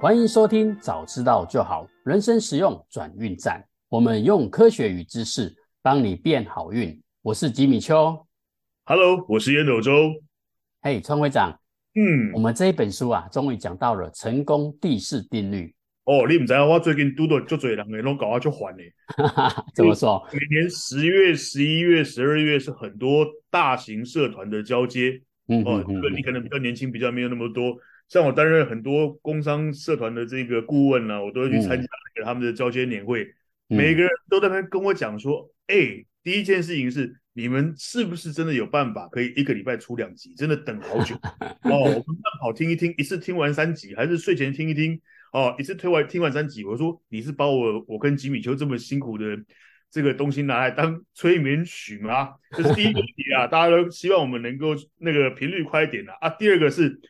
欢迎收听《早知道就好》，人生实用转运站。我们用科学与知识帮你变好运。我是吉米秋。 Hello，我是烟斗周。嘿、川会长，嗯我，们这一本书啊，终于讲到了成功第四定律。 哦，你唔知啊，我最近拄到足多人诶，拢搞我就还诶。哈哈，怎么说？每年十月、十一月、十二月是很多大型社团的交接嗯哦。这个你可能比较年轻，比较没有那么多。像我担任很多工商社团的这个顾问呢、啊我都会嗯去参加那个他们的交接年会。每个人都在那边跟我讲说，哎、第一件事情是你们是不是真的有办法可以一个礼拜出两集？真的等好久哦，我们慢跑听一听，一次听完三集，还是睡前听一听？哦，一次推完听完三集，我说你是把我我跟吉米丘这么辛苦的这个东西拿来当催眠曲吗？ 这是第一个问题啊， 大家都希望我们能够那个频率快一点啊。啊，第二个是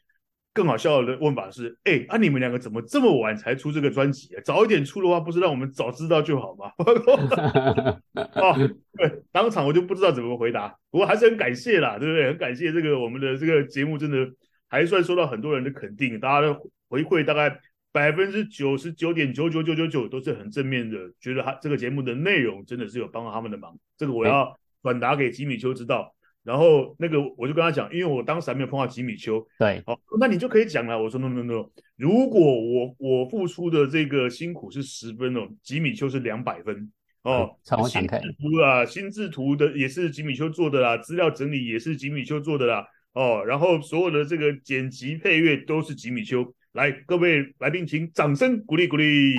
更好笑的问法是，哎，啊你们两个怎么这么晚才出这个专辑、啊？早一点出的话，不是让我们早知道就好吗？嗯 哦，对，当场我就不知道怎么回答，不过还是很感谢啦，对不对？很感谢这个我们的这个节目，真的还算受到很多人的肯定，大家的回馈大概百分之九十九点九九九九九都是很正面的，觉得他这个节目的内容真的是有帮到他们的忙，这个我要转达给吉米丘知道。然后那个我就跟他讲，因为我当时还没有碰到吉米丘， 对，好，那你就可以讲了。我说 no no no，如果我我付出的这个辛苦是十分哦，吉米丘是两百分哦。超我想心智看图啊，心智图的也是吉米丘做的啦，资料整理也是吉米丘做的啦。哦，然后所有的这个剪辑配乐都是吉米丘。来，各位来宾，请掌声鼓励鼓励。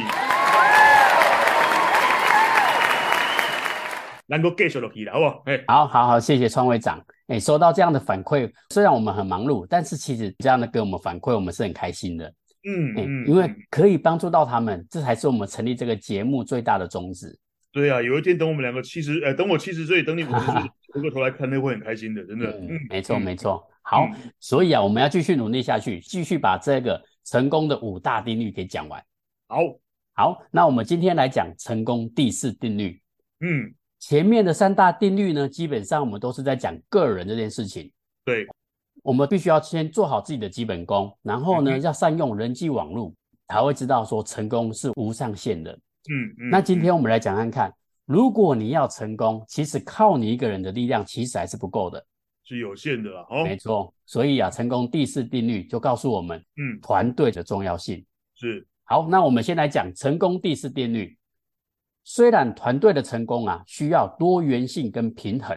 能够 get 落去了，好不好？哎，好好好，谢谢川会长。哎，收到这样的反馈，虽然我们很忙碌，但是其实这样的给我们反馈，我们是很开心的。嗯哎嗯，因为嗯可以帮助到他们，这才是我们成立这个节目最大的宗旨。对啊，有一天等我们两个七十，呃，等我七十岁，等你五十岁，回过头来看，那会很开心的，真的。嗯，没错，嗯没错。好，所以啊，我们要继续努力下去，继续把这个成功的五大定律给讲完。好，好，那我们今天来讲成功第四定律。嗯，前面的三大定律呢，基本上我们都是在讲个人这件事情。对，我们必须要先做好自己的基本功，然后呢，嗯要善用人际网络，才会知道说成功是无上限的。嗯嗯。那今天我们来讲看看，如果你要成功，其实靠你一个人的力量其实还是不够的。是有限的啦，哦，没错，所以啊，成功第四定律就告诉我们嗯，团队的重要性。是，好，那我们先来讲成功第四定律。虽然团队的成功啊需要多元性跟平衡，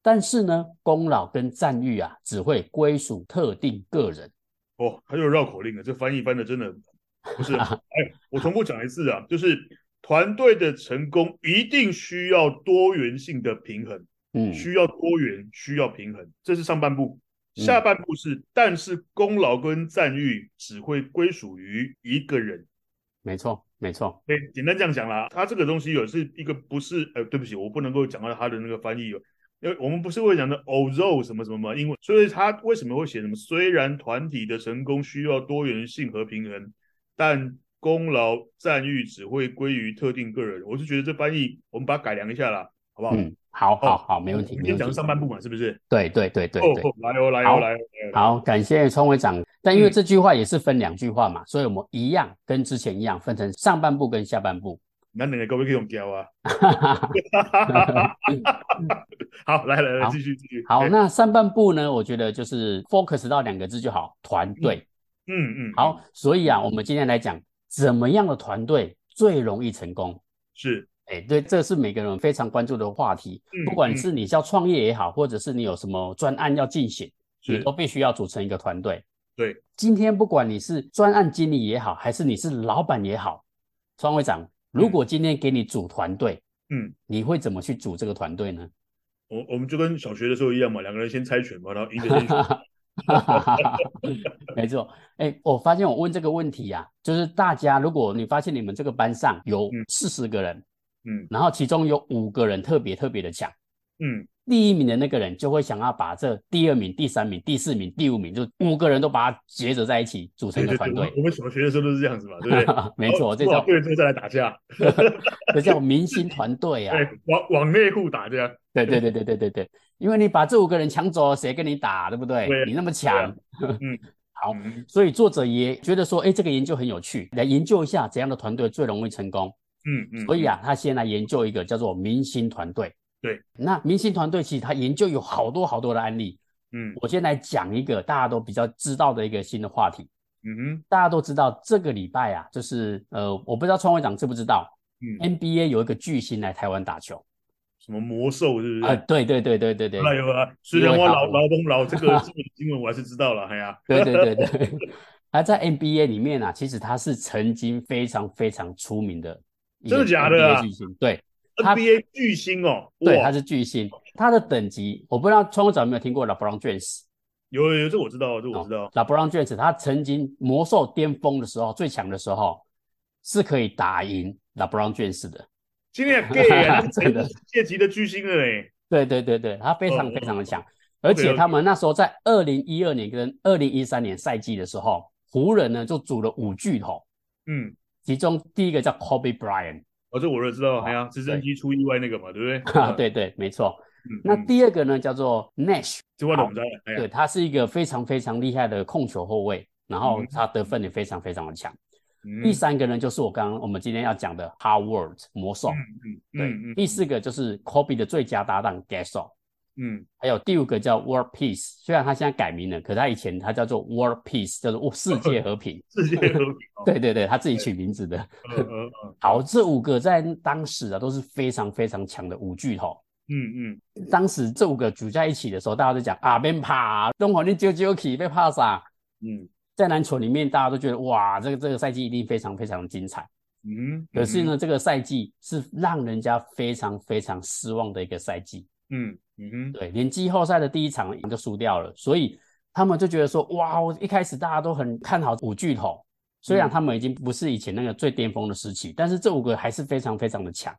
但是呢，功劳跟赞誉啊只会归属特定个人。哦，他又绕口令了，这翻译翻的真的不是。 哎，我重复讲一次啊，就是团队的成功一定需要多元性的平衡，嗯，需要多元，需要平衡，这是上半部。嗯下半部是，但是功劳跟赞誉只会归属于一个人。没错，没错，对，简单这样讲啦，它这个东西有是一个不是，呃，对不起，我不能够讲到它的那个翻译有，因为我们不是会讲的 although 什么什么嘛，英文，所以它为什么会写什么？虽然团体的成功需要多元性和平衡，但功劳赞誉只会归于特定个人。我是觉得这翻译我们把它改良一下啦，好不好？嗯，好好好，没问我题，们没哦先问讲题。上半部嘛，是不是？对对对对哦对，哦，来哦，来好哦，来哦，来哦好，感谢川会长。但因为嗯这句话也是分两句话嘛，所以我们一样跟之前一样分成上半部跟下半部。那你各位可以用 掉啊。 哈哈哈。好，来来来，好继续继续。好，哎那上半部呢，我觉得就是 focus 到两个字就好，团队。嗯嗯，好，所以啊，我们今天来讲怎么样的团队最容易成功。是，哎，对，这是每个人非常关注的话题。嗯不管嗯是你是要创业也好，或者是你有什么专案要进行，你是都必须要组成一个团队。对，今天不管你是专案经理也好，还是你是老板也好，川会长，如果今天给你组团队，嗯，你会怎么去组这个团队呢？我我们就跟小学的时候一样嘛，两个人先猜拳嘛，然后赢的 先选。没错，哎，我发现我问这个问题啊，就是大家，如果你发现你们这个班上有嗯四十个人，嗯然后其中有五个人特别特别的强，嗯，第一名的那个人就会想要把这第二名、第三名、第四名、第五名，就五个人都把它结合在一起，组成对一个对团对，我队们。我们小学的时候都是这样子嘛，对不对？ 哦没错，这做叫好队之后再来打架，这叫明星团队啊！对，往往内户打架，对对对对对对对，因为你把这五个人抢走，谁跟你打，对不对？对你那么啊强，嗯，好，嗯所以作者也觉得说，哎，这个研究很有趣，来研究一下怎样的团队最容易成功。嗯嗯，所以啊，他先来研究一个叫做明星团队。对，那明星团队其实他研究有好多好多的案例。嗯，我先来讲一个大家都比较知道的一个新的话题。嗯嗯大家都知道，这个礼拜啊，就是呃，我不知道创会长知不知道嗯， ，NBA 有一个巨星来台湾打球什么魔兽是不啊、是？对对对对对对，哎呦啊！虽然我老因为他老公老这 个这个新闻我还是知道了，哎呀，对 对对对，他在 NBA 里面啊，其实他是曾经非常非常出名的一个真的假的啊 NBA 巨星，对他 NBA 巨星哦，对，哇他，是巨星，他的等级我不知道川口长有没有听过 LeBron James，有有有，这我知道，这哦我知道， LeBron James 他曾经魔兽巅峰的时候最强的时候是可以打赢 LeBron James 的，今天 gay 啊，真的世界级的巨星了嘞，对对对对，他非常哦非常的强，而且他们那时候在二零一二年跟二零一三年赛季的时候，湖人呢就组了五巨头，嗯，其中第一个叫 Kobe Bryant。哦，这我也知道，哎呀，直升机出意外那个嘛，对不对？ 啊，，对对，没错。嗯，那嗯第二个呢，叫做 Nash，这话怎么着？哎对，呀，他是一个非常非常厉害的控球后卫，然后嗯他得分也非常非常的强。嗯第三个呢，就是我刚刚我们今天要讲的 Howard 魔兽，嗯对。嗯第四个就是 Kobe 的最佳搭档 Gasol，嗯。还有第五个叫 World Peace，虽然他现在改名了，可他以前他叫做 World Peace，叫做世界和平 哦世界和平哦，对对对，他自己取名字的。呃呃呃，好，这五个在当时啊都是非常非常强的五巨头。嗯嗯，当时这五个组在一起的时候，大家都讲啊，别怕，东皇你九九起，别怕啥。嗯啊在篮球里面，大家都觉得哇，这个这个赛季一定非常非常精彩。嗯，可是呢，这个赛季是让人家非常非常失望的一个赛季。嗯，嗯嗯对，连季后赛的第一场就输掉了，所以他们就觉得说，哇，我一开始大家都很看好五巨头，虽然嗯他们已经不是以前那个最巅峰的时期，但是这五个还是非常非常的强。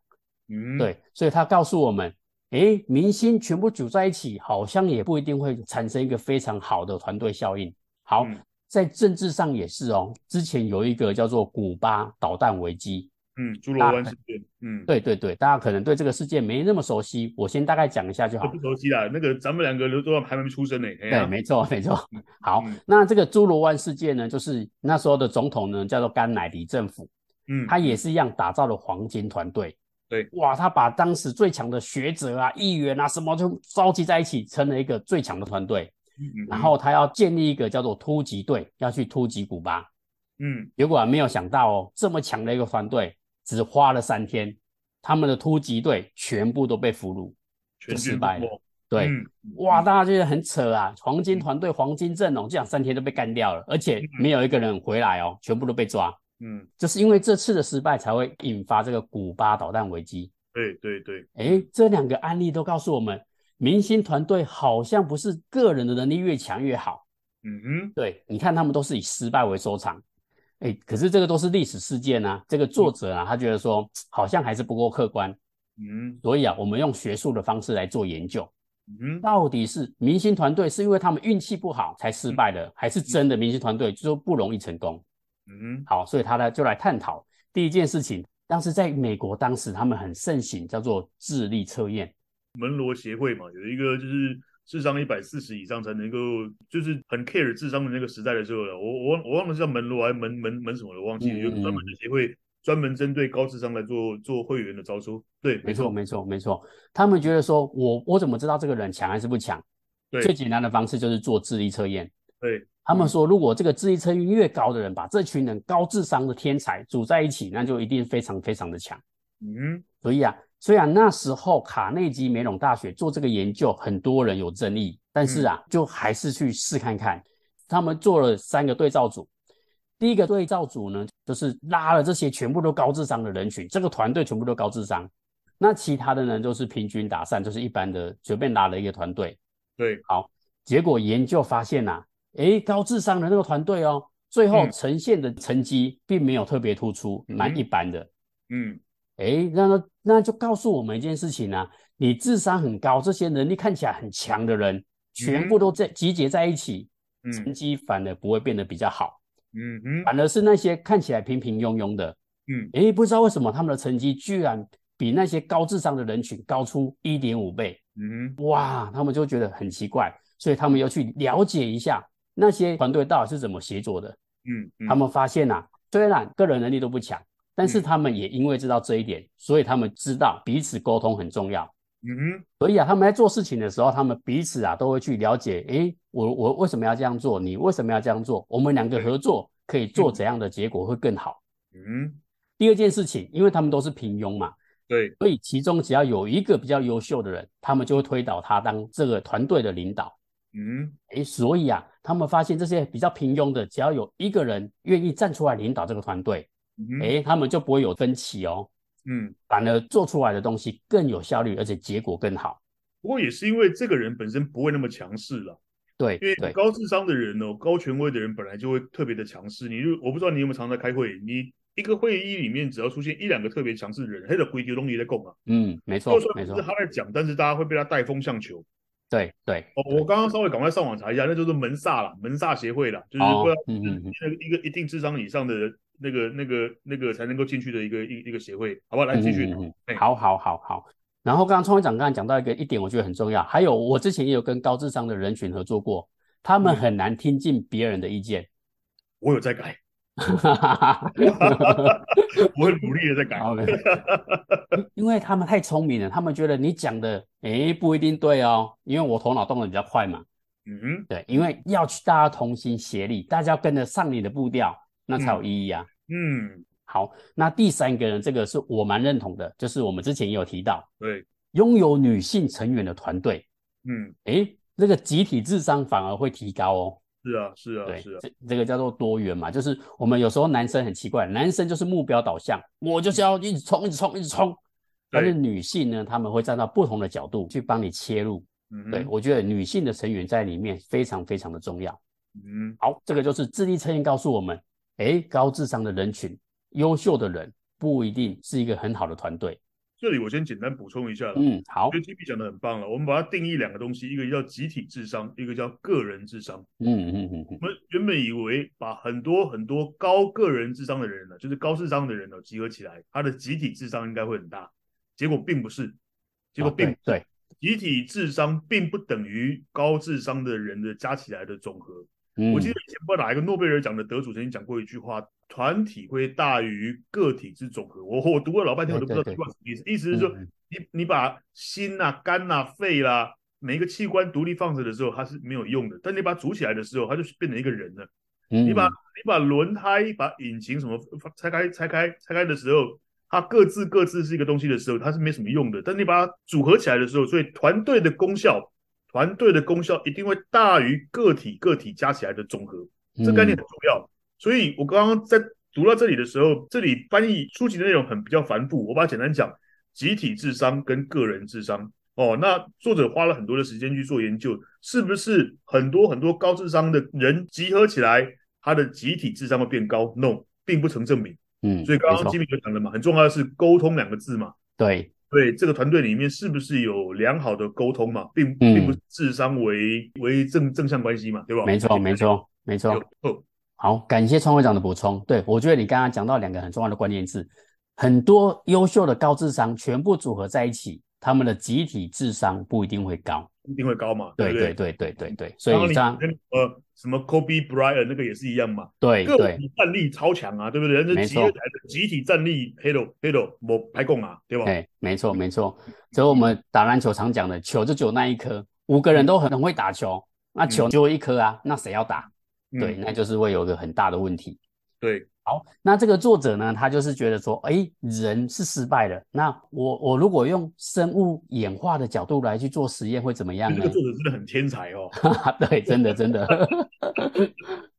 嗯，，对，所以他告诉我们，诶，明星全部组在一起，好像也不一定会产生一个非常好的团队效应。好，嗯在政治上也是哦，之前有一个叫做古巴导弹危机，嗯，侏罗湾事件，嗯，对对对，大家可能对这个事件没那么熟悉，我先大概讲一下就好不。熟悉啦，那个咱们两个都都还没出生呢，哎对，呀，没错，没错。好嗯，那这个侏罗湾事件呢，就是那时候的总统呢叫做甘乃迪政府，嗯，他也是一样打造了黄金团队。对，哇，他把当时最强的学者啊、议员啊什么就召集在一起，成了一个最强的团队。嗯然后他要建立一个叫做突击队，要去突击古巴。嗯结果啊没有想到哦，这么强的一个团队，只花了三天，他们的突击队全部都被俘虏。全失军败了覆没，对，嗯，哇，大家觉得很扯啊！黄金团队、黄金阵容，这样三天都被干掉了，而且没有一个人回来哦，全部都被抓。嗯，就是因为这次的失败，才会引发这个古巴导弹危机。对对对，诶，这两个案例都告诉我们，明星团队好像不是个人的能力越强越好。嗯哼，对，你看他们都是以失败为收场。诶，可是这个都是历史事件啊。这个作者啊，他觉得说好像还是不够客观，嗯所以啊，我们用学术的方式来做研究。嗯哼，到底是明星团队是因为他们运气不好才失败的，还是真的明星团队就不容易成功？嗯哼，好，所以他呢就来探讨第一件事情。当时在美国，当时他们很盛行叫做智力测验，门罗协会嘛，有一个就是智商一百四十以上才能够，就是很 care 智商的那个时代的时候了。我我忘我忘了是叫门罗还是门门门什么了，我忘嗯记了。有个专门的协会，专门针对高智商来做做会员的招收。对，没没错，错，没错，没错。他们觉得说，我我怎么知道这个人强还是不强？对最简单的方式就是做智力测验。对，他们说，如果这个智力测验越高的人，把这群人高智商的天才组在一起，那就一定非常非常的强。嗯所以啊，虽然那时候卡内基梅隆大学做这个研究，很多人有争议，但是嗯啊，就还是去试看看。他们做了三个对照组，第一个对照组呢，就是拉了这些全部都高智商的人群，这个团队全部都高智商。那其他的呢，就是平均打散，就是一般的随便拉了一个团队。对，结果研究发现呐、啊，诶，高智商的那个团队哦，最后嗯呈现的成绩并没有特别突出，蛮嗯一般的。嗯诶，那那就告诉我们一件事情啊，你智商很高，这些能力看起来很强的人，全部都在集结在一起，成嗯绩反而不会变得比较好，嗯哼，反而是那些看起来平平庸庸的，嗯，诶，不知道为什么他们的成绩居然比那些高智商的人群高出一点五倍，嗯哼，哇，他们就觉得很奇怪，所以他们又去了解一下那些团队到底是怎么协作的？嗯，嗯他们发现啊，虽然个人能力都不强，但是嗯他们也因为知道这一点，所以他们知道彼此沟通很重要。嗯所以啊，他们在做事情的时候，他们彼此啊都会去了解，诶，我我为什么要这样做？你为什么要这样做？我们两个合作可以做怎样的结果会更好？哼嗯，第二件事情，因为他们都是平庸嘛，对，所以其中只要有一个比较优秀的人，他们就会推倒他当这个团队的领导。嗯诶，所以啊，他们发现这些比较平庸的，只要有一个人愿意站出来领导这个团队，嗯，诶，他们就不会有分歧哦，嗯，反而做出来的东西更有效率，而且结果更好。不过也是因为这个人本身不会那么强势了。对因为对，高智商的人哦，高权威的人本来就会特别的强势。你如我不知道你有没有常在开会，你一个会议里面只要出现一两个特别强势的人，他的回丢东西在供啊，嗯，没错就算没不错是，他在讲，但是大家会被他带风向球。对对。哦，我刚刚稍微赶快上网查一下，那就是门萨啦，门萨协会啦，就是哦不要嗯嗯嗯那个一个一定智商以上的那个那个那个才能够进去的一个一一个协会，好吧，来继续嗯。嗯哎嗯好好好好。然后刚刚创会长刚才讲到一个一点，我觉得很重要。还有我之前也有跟高智商的人群合作过，他们嗯很难听进别人的意 见。我有在改，哈哈哈我很努力的在改。好 嘞因为他们太聪明了，他们觉得你讲的诶不一定对哦，因为我头脑动得比较快嘛。嗯哼，对，因为要去大家同心协力，大家跟得上你的步调，那才有意义啊。嗯，好，那第三个呢，这个是我蛮认同的，就是我们之前也有提到，对，拥有女性成员的团队，嗯，诶，这个集体智商反而会提高哦。是啊，是啊，对，是啊，这这个叫做多元嘛，就是我们有时候男生很奇怪，男生就是目标导向，我就是要一直冲，一直冲，一直冲。但是对女性呢，她们会站到不同的角度去帮你切入。嗯对，哼，我觉得女性的成员在里面非常非常的重要。嗯好，这个就是智力测验告诉我们，诶，高智商的人群、优秀的人不一定是一个很好的团队。这里我先简单补充一下啦，嗯，好我觉，得 T B 讲的很棒了，我们把它定义两个东西，一个叫集体智商，一个叫个人智商。嗯嗯嗯嗯，我们原本以为把很多很多高个人智商的人呢，就是高智商的人呢集合起来，他的集体智商应该会很大，结果并不是，结果哦对并不是、对，集体智商并不等于高智商的人的加起来的总和。嗯我记得以前不知道哪一个诺贝尔奖的得主曾经讲过一句话：团体会大于个体之总和。我我读了老半天，我都不知道这哦对对句话什么意思。意思是说嗯，你你把啊心呐、肝呐、肺啦、啊每一个器官独立放着的时候，它是没有用的；但你把它组起来的时候，它就是变成一个人了。嗯你把你把轮胎、把引擎什么拆开、拆开、拆开的时候，它各自各自是一个东西的时候，它是没什么用的。但你把它组合起来的时候，所以团队的功效，团队的功效一定会大于个体个体加起来的总和。这概嗯念很重要。所以我刚刚在读到这里的时候，这里翻译书籍的内容很比较繁复，我把它简单讲：集体智商跟个人智商。哦，那作者花了很多的时间去做研究，是不是很多很多高智商的人集合起来，他的集体智商会变高？No，并不成正比。嗯，所以刚没刚错吉米就讲了嘛，很重要的是沟通两个字嘛。对，对这个团队里面是不是有良好的沟通嘛，并嗯并不是智商为为正正向关系嘛，对吧？没错没错没错有。。哦有好，感谢川会长的补充。对，我觉得你刚刚讲到两个很重要的关键字，很多优秀的高智商全部组合在一起，他们的集体智商不一定会高。一定会高嘛，对不对对对对对，所以刚这刚你样跟呃什么 Kobe Bryant 那个也是一样嘛，对个对体战力超强啊，对不对？人没家集合错起来的集体战力，hello hello，我排供啊，对吧？对，哎没错没错。嗯所以我们打篮球常讲的，球就只有那一颗，五个人都很很会打球，那球就一颗啊，那谁要打？嗯对，那就是会有一个很大的问题。对，好，那这个作者呢，他就是觉得说，哎，人是失败的，那我我如果用生物演化的角度来去做实验，会怎么样这呢 个？作者真的很天才哦。哈哈，对，真的 真的，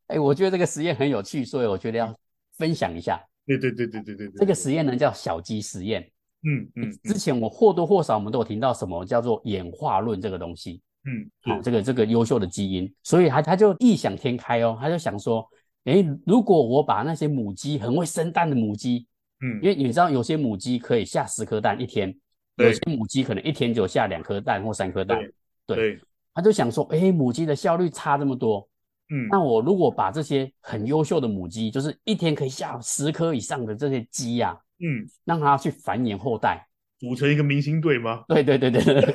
哎，我觉得这个实验很有趣，所以我觉得要分享一下。对对对对对对对，这个实验呢叫小鸡实验，嗯嗯嗯之前我或多或少我们都有听到什么叫做演化论这个东西。嗯，好、是这个这个优秀的基因，所以他他就异想天开哦，他就想说，诶，如果我把那些母鸡很会生蛋的母鸡，嗯因为你知道有些母鸡可以下十颗蛋一天，有对些母鸡可能一天只有下两颗蛋或三颗蛋，对对，他就想说，诶，母鸡的效率差这么多，嗯那我如果把这些很优秀的母鸡，就是一天可以下十颗以上的这些鸡呀、嗯，让它去繁衍后代，组成一个 明星队吗？对对对对对，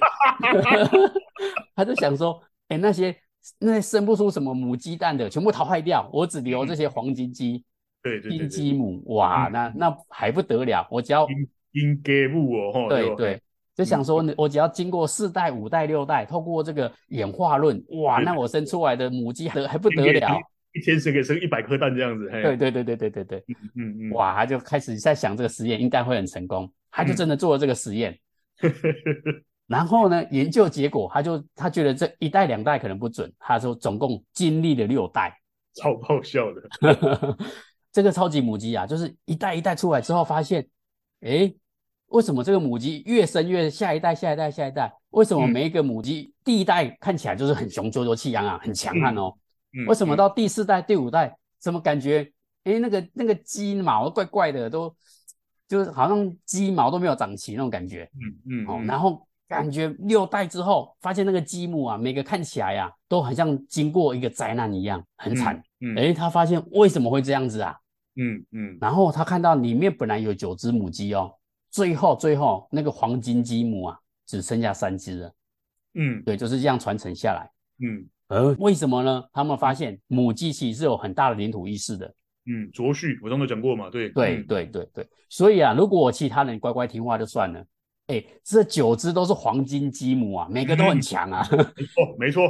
他就想说，哎、那些那生不出什么母鸡蛋的，全部淘汰掉，我只留这些黄金鸡、嗯对对对金对，鸡母，哇，嗯那那还不得了！我只要应该不我哈，对哦吧对，就想说嗯呢，我只要经过四代、五代、六代，透过这个演化论，哇，对那对我生出来的母鸡还还不得应该了！一天生可以生一百颗蛋这样子，嘿，对对对对对对对，嗯嗯，哇，他就开始在想这个实验应该会很成功，他就真的做了这个实 验。然后呢，研究结果，他就他觉得这一代两代可能不准，他说总共经历了六代， 超爆笑的，这个超级母鸡啊，就是一代一代出来之后，发现，诶，为什么这个母鸡越生越下一代、下一代、下一代？为什么嗯每一个母鸡第一代看起来就是很雄赳赳气昂昂、很强悍哦？嗯为什么嗯到第四代、第五代，怎么感觉，诶，那个那个鸡毛怪怪的，都就是好像鸡毛都没有长齐那种感觉嗯嗯哦。嗯然后感觉六代之后，发现那个鸡母啊，每个看起来呀、都很像经过一个灾难一样，很惨。，嗯诶，他发现为什么会这样子啊？嗯嗯然后他看到里面本来有九只母鸡哦，最后最后那个黄金鸡母啊，只剩下三只了。嗯对，就是这样传承下来。嗯呃，为什么呢？他们发现母鸡其实是有很大的领土意识的。嗯，卓旭，我刚才讲过嘛，对嗯对，对对对，所以啊，如果其他人乖乖听话就算了。哎，这九只都是黄金鸡母啊，每个都很强啊， 没错没错，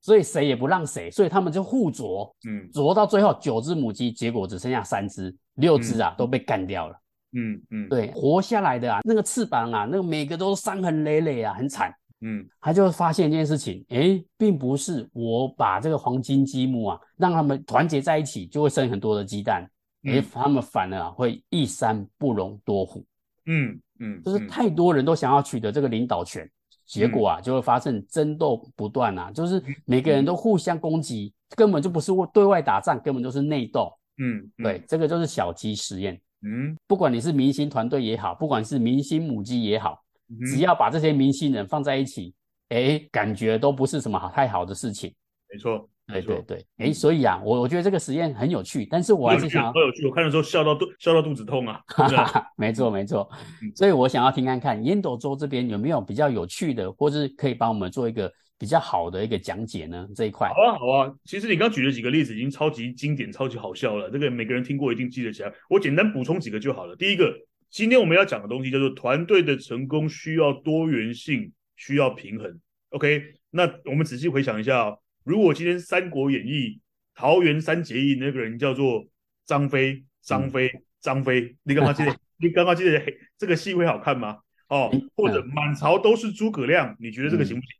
所以谁也不让谁，所以他们就互啄，嗯啄到最后九只母鸡，结果只剩下三只，六只啊都被干掉了。嗯嗯对，活下来的啊，那个翅膀啊，那个每个都伤痕累累啊，很惨。嗯他就发现一件事情，诶，并不是我把这个黄金鸡母啊，让他们团结在一起，就会生很多的鸡蛋，诶，嗯他们反而啊会一山不容多虎，嗯嗯，就是太多人都想要取得这个领导权，结果啊就会发生争斗不断啊，就是嗯每个人都互相攻击，根本就不是对外打仗，根本就是内斗。嗯对，，这个就是小鸡实验。嗯，不管你是明星团队也好，不管是明星母鸡也好，嗯只要把这些明星人放在一起，哎，感觉都不是什么好太好的事情。没错对没对错。对，哎，所以啊，我我觉得这个实验很有趣，但是我还是想要好，有趣，我看的时候笑到肚笑到肚子 痛啊！哈哈哈，没错没错，嗯所以我想要听看看烟斗州这边有没有比较有趣的，或是可以帮我们做一个比较好的一个讲解呢？这一块好啊，好啊。其实你刚举的几个例子已经超级经典、超级好笑了，这个每个人听过一定记得起来。我简单补充几个就好了。第一个，今天我们要讲的东西叫做团队的成功需要多元性，需要平衡。OK，那我们仔细回想一下、哦，如果今天《三国演义》桃园三结义那个人叫做张飞，张飞，张飞，你干嘛记得？你刚刚记得嘿这个戏会好看吗？哦嗯，或者满朝都是诸葛亮，你觉得这个行不行？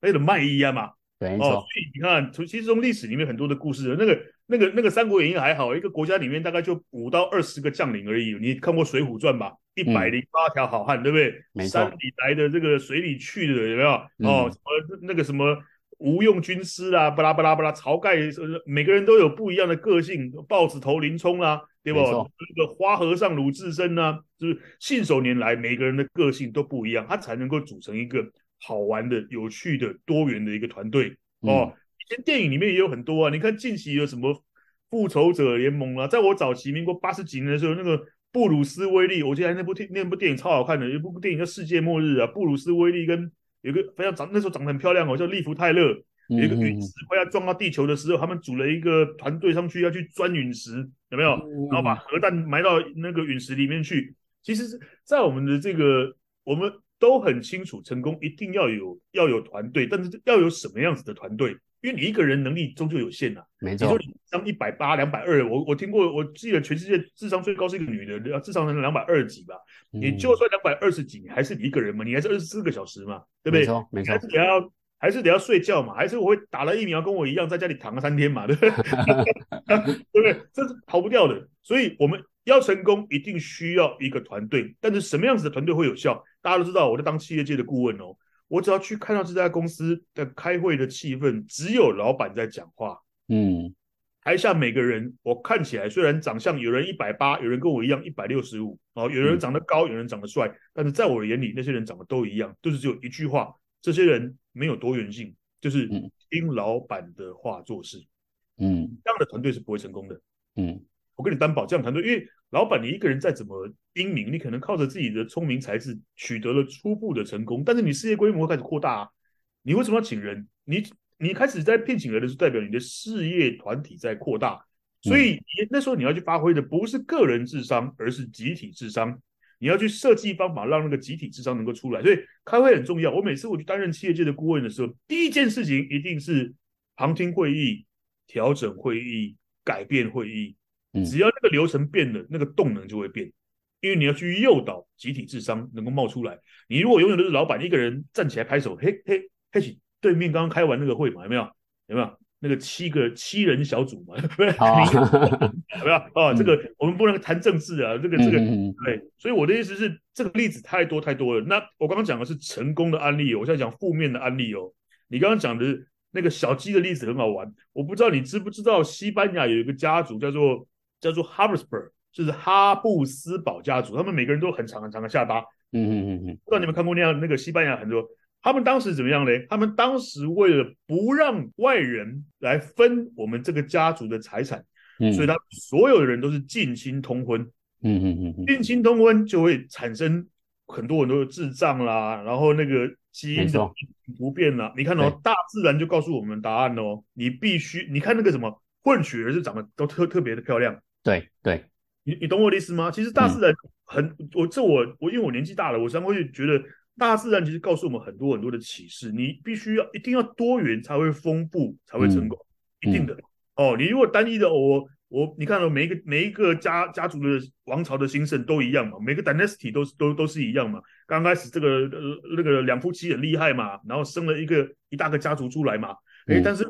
那个卖艺啊嘛，对，没错，，哦所以你看，从其实从历史里面很多的故事，那个、那个、那个《三国演义》还好，一个国家里面大概就五到二十个将领而已。你看过《水浒传》吧？一百零八条好汉，对不嗯没对？错山里来的，这个水里去的，有没有？哦，嗯什么那个什么吴用军师啊，巴拉巴拉巴拉，晁盖，呃每个人都有不一样的个性，豹子头林冲啦、对不？没错那个花和尚鲁智深啊，就是信手拈来，每个人的个性都不一样，他才能够组成一个好玩的、有趣的、多元的一个团队。嗯哦，以前电影里面也有很多啊，你看近期有什么《复仇者联盟》啊，在我早期民国八十几年的时候，那个布鲁斯威利，我记得那部电那部电影超好看的，有一部电影叫《世界末日》啊，布鲁斯威利跟有一个非常长那时候长得很漂亮哦，叫利弗泰勒，嗯有一个嗯陨石快要撞到地球的时候，他们组了一个团队上去要去钻陨石，有没有？嗯然后把核弹埋到那个陨石里面去。其实是在我们的这个，我们都很清楚，成功一定要有要有团队，但是要有什么样子的团队？因为你一个人能力终究有限啊。没你说错，你上一百八、两百二，我我听过，我记得全世界智商最高是一个女的，智商能两百二几吧。嗯你就算两百二十几，你还是你一个人嘛，你还是二十四个小时嘛，对对不对没？错没你错还，是得要，还是得要睡觉嘛，还是我会打了疫苗，跟我一样在家里躺了三天嘛，对不对？对不对？这是逃不掉的。所以我们要成功，一定需要一个团队。但是什么样子的团队会有效？大家都知道，我在当企业界的顾问哦，我只要去看到这家公司的开会的气氛，只有老板在讲话，嗯台下每个人，我看起来虽然长相有人一百八，有人跟我一样一百六十五，哦，有人长得高，有人长得帅，但是在我的眼里，那些人长得都一样，就是只有一句话：这些人没有多元性，就是嗯听老板的话做事。嗯这样的团队是不会成功的。嗯，我跟你担保，这样团队，因为老板你一个人再怎么英明，你可能靠着自己的聪明才智取得了初步的成功，但是你事业规模会开始扩大啊，你为什么要请人？你你开始在聘请人的时候，代表你的事业团体在扩大，所以你那时候你要去发挥的不是个人智商，而是集体智商。你要去设计方法，让那个集体智商能够出来。所以开会很重要。我每次我去担任企业界的顾问的时候，第一件事情一定是旁听会议、调整会议、改变会议。嗯只要那个流程变了，那个动能就会变，因为你要去诱导集体智商能够冒出来。你如果永远都是老板一个人站起来拍手，嘿嘿嘿起，对面刚刚开完那个会嘛，有没有？有没有？那个七个七人小组嘛， 好，有 没有？哦，这个我们不能谈政治啊，这个这个嗯嗯嗯嗯对，所以我的意思是，这个例子太多太多了。那我刚刚讲的是成功的案例哦，我现在讲负面的案例哦。你刚刚讲的那个小鸡的例子很好玩，我不知道你知不知道，西班牙有一个家族叫做叫做 Harrisburg，就是哈布斯堡家族，他们每个人都很长很长的下巴。嗯嗯嗯嗯，不知道你们看过那样那个西班牙很多，他们当时怎么样嘞？他们当时为了不让外人来分我们这个家族的财产，嗯所以他们所有的人都是近亲通婚。嗯嗯嗯嗯，近亲通婚就会产生很多很多的智障啦，然后那个基因没的错不变啦。你看哦对，大自然就告诉我们答案哦，你必须你看那个什么混血儿是长得都特特别的漂亮，对对，你你懂我的意思吗？其实嗯大自然很、我这我我因为我年纪大了，我常会觉得大自然其实告诉我们很多很多的启示，你必须要一定要多元才会丰富才会成功，嗯一定的、哦。你如果单一的我我你看到、每一个每一个家家族的王朝的兴盛都一样嘛，每个 dynasty 都是都都是一样嘛。刚开始这个呃那个两夫妻很厉害嘛，然后生了一个一大个家族出来嘛，诶，嗯但是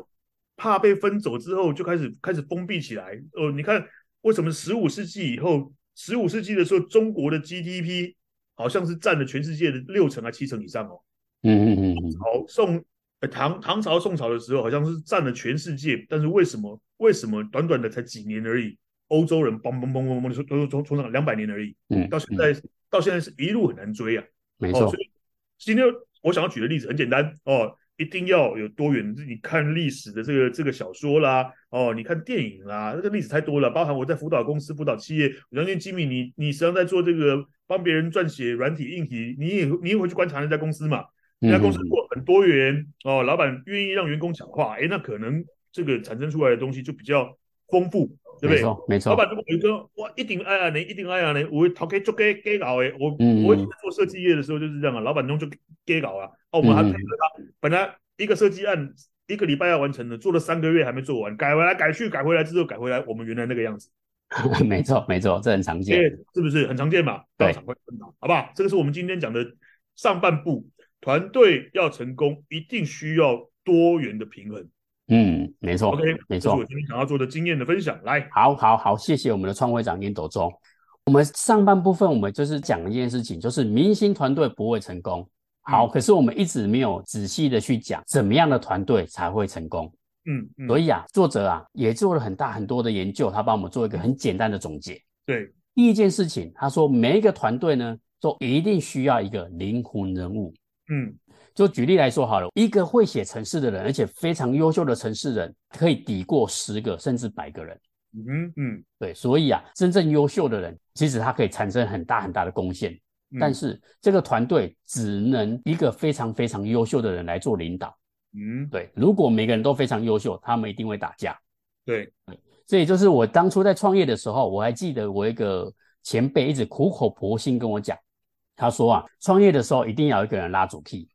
怕被分走之后，就开始开始封闭起来。哦，你看为什么十五世纪以后，十五世纪的时候，中国的 GDP 好像是占了全世界的六成还七成以上哦。嗯嗯嗯嗯好，宋呃唐唐朝宋朝的时候，好像是占了全世界，但是为什么为什么短短的才几年而已，欧洲人嘣嘣嘣嘣嘣的都冲冲上两百年而已，嗯，到现嗯在、到现在是一路很难追啊。没哦，错所，以今天我想要举的例子很简单哦，一定要有多元。你看历史的这个这个小说啦，哦，你看电影啦，这个例子太多了。包含我在辅导公司、辅导企业，我相信吉米，你你实际上在做这个帮别人撰写软体、硬体，你也你也会去观察人家公司嘛。嗯人家公司如果很多元哦，老板愿意让员工讲话，诶，那可能这个产生出来的东西就比较丰富，对不没对？错没错老，板如果有一个哇，一定爱啊你，一定爱啊你，我头给就给给搞诶，我嗯我以前做设计业的时候就是这样啊，老板弄就给搞啊，哦，我们还配合他，本来一个设计案一个礼拜要完成的，做了三个月还没做完，改回来改去改回来之后改回来，我们原来那个样子， 没错没错，这很常因为见。是不是很常见嘛？对当场会碰到，好不好？这个是我们今天讲的上半部，团队要成功，一定需要多元的平衡。嗯，没错 OK，没这是错我。今天想要做的经验的分享，来。好，好，好，谢谢我们的创会长烟斗中。我们上半部分我们就是讲一件事情，就是明星团队不会成功。好，嗯可是我们一直没有仔细的去讲怎么样的团队才会成功。嗯嗯，所以啊，作者啊也做了很大很多的研究，他帮我们做一个很简单的总结。对，第一件事情，他说每一个团队呢，都一定需要一个灵魂人物。嗯就举例来说好了，一个会写程式的人，而且非常优秀的程式人，可以抵过十个甚至百个人。嗯哼嗯对，所以啊，真正优秀的人，其实他可以产生很大很大的贡献，嗯，但是这个团队只能一个非常非常优秀的人来做领导。嗯对，如果每个人都非常优秀，他们一定会打架。对，这也就是我当初在创业的时候，我还记得我一个前辈一直苦口婆心跟我讲，他说啊，创业的时候一定要有一个人拉主 key。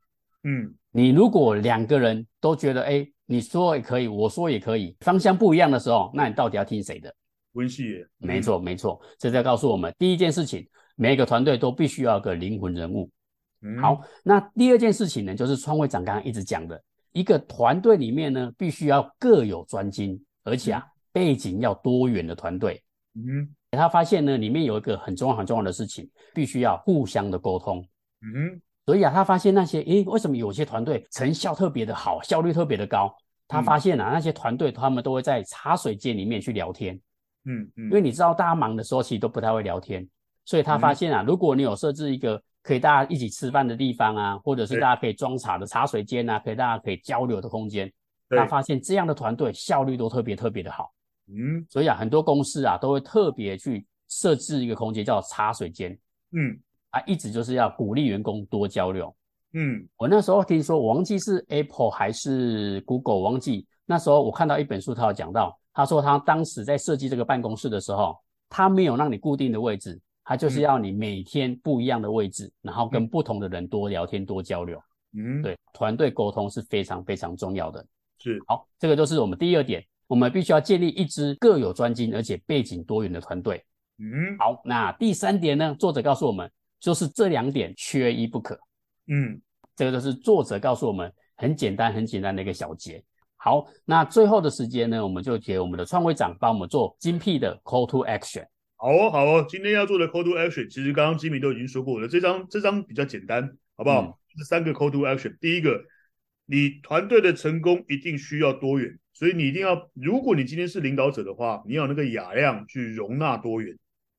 嗯你如果两个人都觉得，哎，你说也可以，我说也可以，方向不一样的时候，那你到底要听谁的？温嗯系耶，没错，没错，这在告诉我们第一件事情，每一个团队都必须要有个灵魂人物。嗯，好，那第二件事情呢，就是川会长刚刚一直讲的，一个团队里面呢，必须要各有专精，而且啊，背景要多元的团队。嗯他发现呢，里面有一个很重要很重要的事情，必须要互相的沟通。嗯哼所以啊，他发现那些，诶，为什么有些团队成效特别的好，效率特别的高？他嗯发现啊，那些团队他们都会在茶水间里面去聊天，嗯嗯，因为你知道大家忙的时候其实都不太会聊天，所以他嗯发现啊，如果你有设置一个可以大家一起吃饭的地方啊，或者是对大家可以装茶的茶水间啊，可以大家可以交流的空间，对他发现这样的团队效率都特别特别的好。嗯所以啊，很多公司啊都会特别去设置一个空间叫茶水间嗯啊，一直就是要鼓励员工多交流。嗯我那时候听说，我忘记是 Apple 还是 Google，忘记那时候我看到一本书，他有讲到，他说他当时在设计这个办公室的时候，他没有让你固定的位置，他就是嗯要你每天不一样的位置，然后跟嗯不同的人多聊天、多交流。嗯，，对，团队沟通是非常非常重要的。是好，这个就是我们第二点，我们必须要建立一支各有专精而且背景多元的团队。嗯好，那第三点呢？作者告诉我们，就是这两点缺一不可。嗯这个就是作者告诉我们很简单、很简单的一个小结。好，那最后的时间呢，我们就给我们的创会长帮我们做精辟的 call to action。好哦，好哦，今天要做的 call to action，其实刚刚吉米都已经说过了，这张这张比较简单，好不嗯好？这三个 call to action，第一个，你团队的成功一定需要多元，所以你一定要，如果你今天是领导者的话，你要有那个雅量去容纳多元，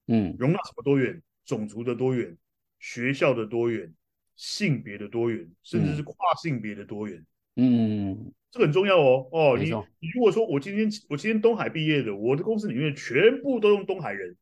嗯容纳什么多元？种族的多元，学校的多元，性别的多元，甚至是跨性别的多元。嗯这个很重要哦哦，没你错你如果说我今天我今天东海毕业的，我的公司里面全部都用东海人，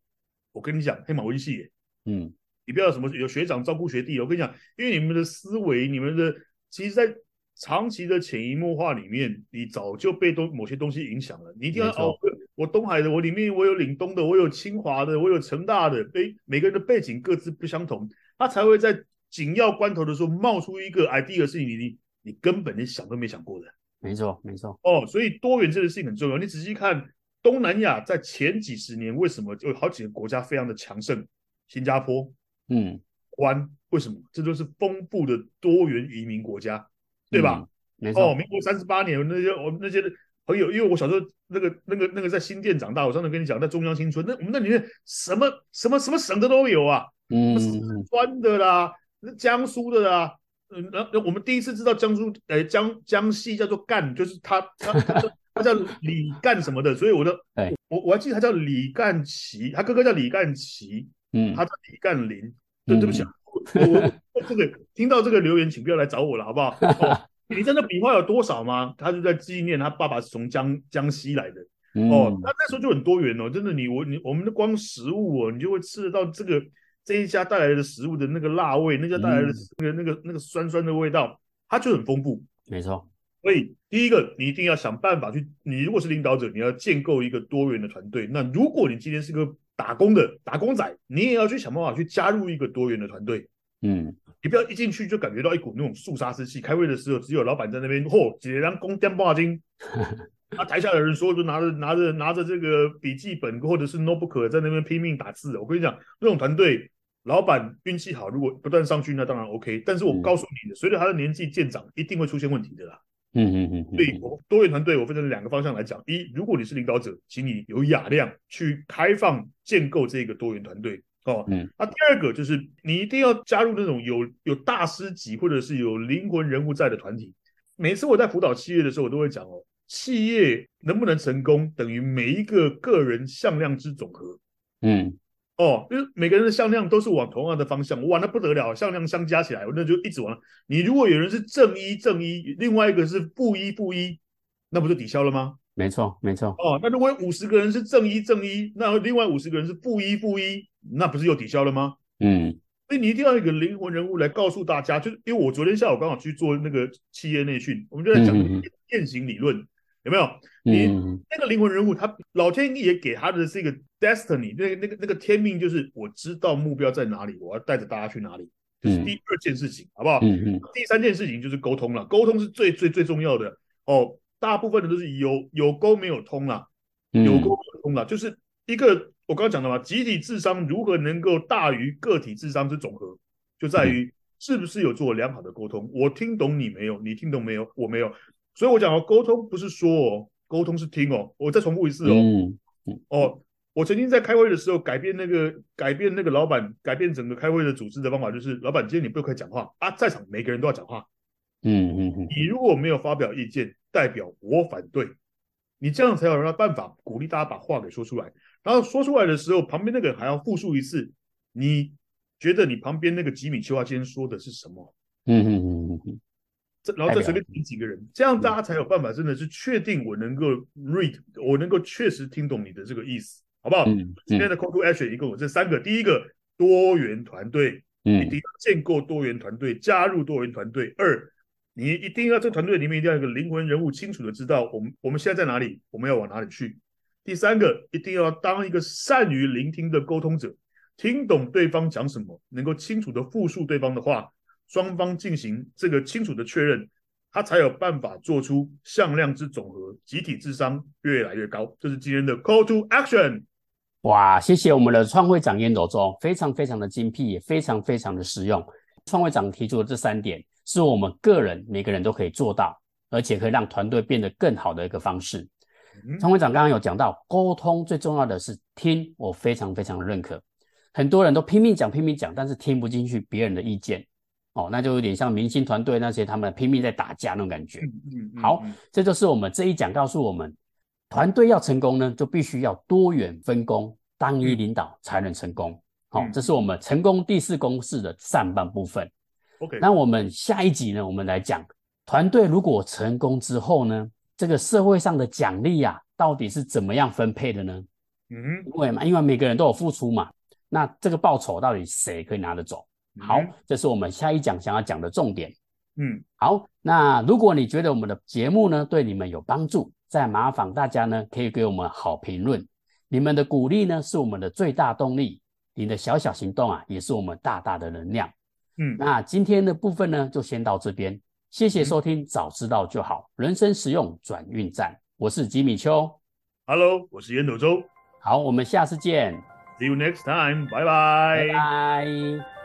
我跟你讲，黑马威系耶，嗯你不要有什么有学长照顾学弟，哦我跟你讲，因为你们的思维，你们的其实，在长期的潜移默化里面，你早就被东某些东西影响了。你一定要没错哦，我东海的，我里面我有岭东的，我有清华的，我有成大的，每每个人的背景各自不相同，他才会在紧要关头的时候冒出一个 idea，是你你你根本连想都没想过的。没错没错，哦，所以多元这件事情很重要。你仔细看东南亚，在前几十年为什么有好几个国家非常的强盛？新加坡、嗯，湾，为什么？这都是丰富的多元移民国家，对吧嗯？？没哦，错，民国三十八年，那些我们那些朋友，因为我小时候那个那个那个在新店长大，我上次跟你讲，在中央新村，那我们那里面什么什么什么省的都有啊，嗯什么嗯四川的啦，那江苏的啦。嗯，那那我们第一次知道江苏，呃，江江西叫做赣，就是他他他叫他叫李干什么的，所以我的对我我还记得他叫李干奇，他哥哥叫李干奇，嗯他叫李干林。对，对不起啊，我我我这个听到这个留言，请不要来找我了，好不好？ 哦你知道那笔画有多少吗？他就在纪念他爸爸是从江江西来的嗯哦。那那时候就很多元哦，真的你我你我们的光食物哦，你就会吃得到这个这一家带来的食物的那个辣味，那家带来的嗯那个那个那个酸酸的味道，它就很丰富。没错，所以，第一个，你一定要想办法去。你如果是领导者，你要建构一个多元的团队。那如果你今天是个打工的打工仔，你也要去想办法去加入一个多元的团队。嗯你不要一进去就感觉到一股那种肃杀之气。开会的时候，只有老板在那边哦嚯，几张公电报金。那台下的人所有都拿着拿着拿着这个笔记本或者是 notebook 在那边拼命打字。我跟你讲，那种团队，老板运气好，如果不断上去，那当然 OK。但是我嗯告诉你的，随着他的年纪渐长，一定会出现问题的啦。嗯嗯嗯嗯所以我多元团队，我分成两个方向来讲：一，如果你是领导者，请你有雅量去开放建构这个多元团队哦。嗯。那、第二个就是你一定要加入那种有有大师级或者是有灵魂人物在的团体。每次我在辅导企业的时候，我都会讲哦，企业能不能成功，等于每一个个人向量之总和。嗯哦，就是每个人的向量都是往同样的方向，哇，那不得了，向量相加起来，那就一直往。你如果有人是正一正一，另外一个是负一负一，那不就抵消了吗？没错没错，哦，那如果有五十个人是正一正一，那另外五十个人是负一负一，那不是又抵消了吗？嗯所以你一定要有一个灵魂人物来告诉大家，就是因为我昨天下午刚好去做那个企业内训，我们就在嗯讲嗯嗯践行理论，有没有？你嗯那个灵魂人物，他老天爷给他的这个 destiny，那个那个那个天命就是我知道目标在哪里，我要带着大家去哪里，这是嗯第二件事情，好不好？嗯嗯第三件事情就是沟通了，沟通是最最最重要的哦。大部分的都是有有沟没有通啦，嗯，有沟没有通啦，就是一个我刚刚讲的嘛，集体智商如何能够大于个体智商之总和，就在于嗯是不是有做良好的沟通。我听懂你没有，你听懂没有？我没有，所以我讲哦，沟通不是说哦，沟通是听哦。我再重复一次哦，嗯哦，我曾经在开会的时候改变那个改变那个老板改变整个开会的组织的方法，就是老板今天你不可以讲话啊，在场每个人都要讲话。嗯嗯嗯，你如果没有发表意见，代表我反对，你这样才有办法鼓励大家把话给说出来。然后说出来的时候，旁边那个人还要复述一次，你觉得你旁边那个吉米丘华今天说的是什么？嗯嗯嗯这然后再随便点几个人，这样大家才有办法真的是确定我能够 read，我能够确实听懂你的这个意思，好不好？嗯今嗯天的 call to action 一共有这三个：第一个，多元团队；嗯一定要建构多元团队，加入多元团队。二，你一定要这个团队里面一定要有一个灵魂人物，清楚的知道我们我们现在在哪里，我们要往哪里去。第三个，一定要当一个善于聆听的沟通者，听懂对方讲什么，能够清楚的复述对方的话，双方进行这个清楚的确认，他才有办法做出向量之总和，集体智商越来越高。这是今天的 Call to Action。哇，谢谢我们的创会长烟斗中，非常非常的精辟，也非常非常的实用。创会长提出的这三点，是我们个人每个人都可以做到，而且可以让团队变得更好的一个方式。嗯常会长刚刚有讲到，沟通最重要的是听，我非常非常认可。很多人都拼命讲拼命讲，但是听不进去别人的意见，哦，那就有点像明星团队那些他们拼命在打架那种感觉。嗯嗯嗯好嗯这就是我们这一讲告诉我们，团队要成功呢，就必须要多元分工，单一领导才能成功。好、嗯这是我们成功第四公式的上半部分。 ，OK，那我们下一集呢，我们来讲团队如果成功之后呢，这个社会上的奖励呀、到底是怎么样分配的呢？嗯因为嘛，因为每个人都有付出嘛，那这个报酬到底谁可以拿得走？好，这是我们下一讲想要讲的重点。嗯，好，那如果你觉得我们的节目呢对你们有帮助，再麻烦大家呢可以给我们好评论，你们的鼓励呢是我们的最大动力，你的小小行动啊也是我们大大的能量。嗯嗯，那今天的部分呢，就先到这边。谢谢收听，早知道就好，人生实用转运站。我是吉米秋， Hello，我是烟斗周好，我们下次见， ，See you next time，拜拜拜拜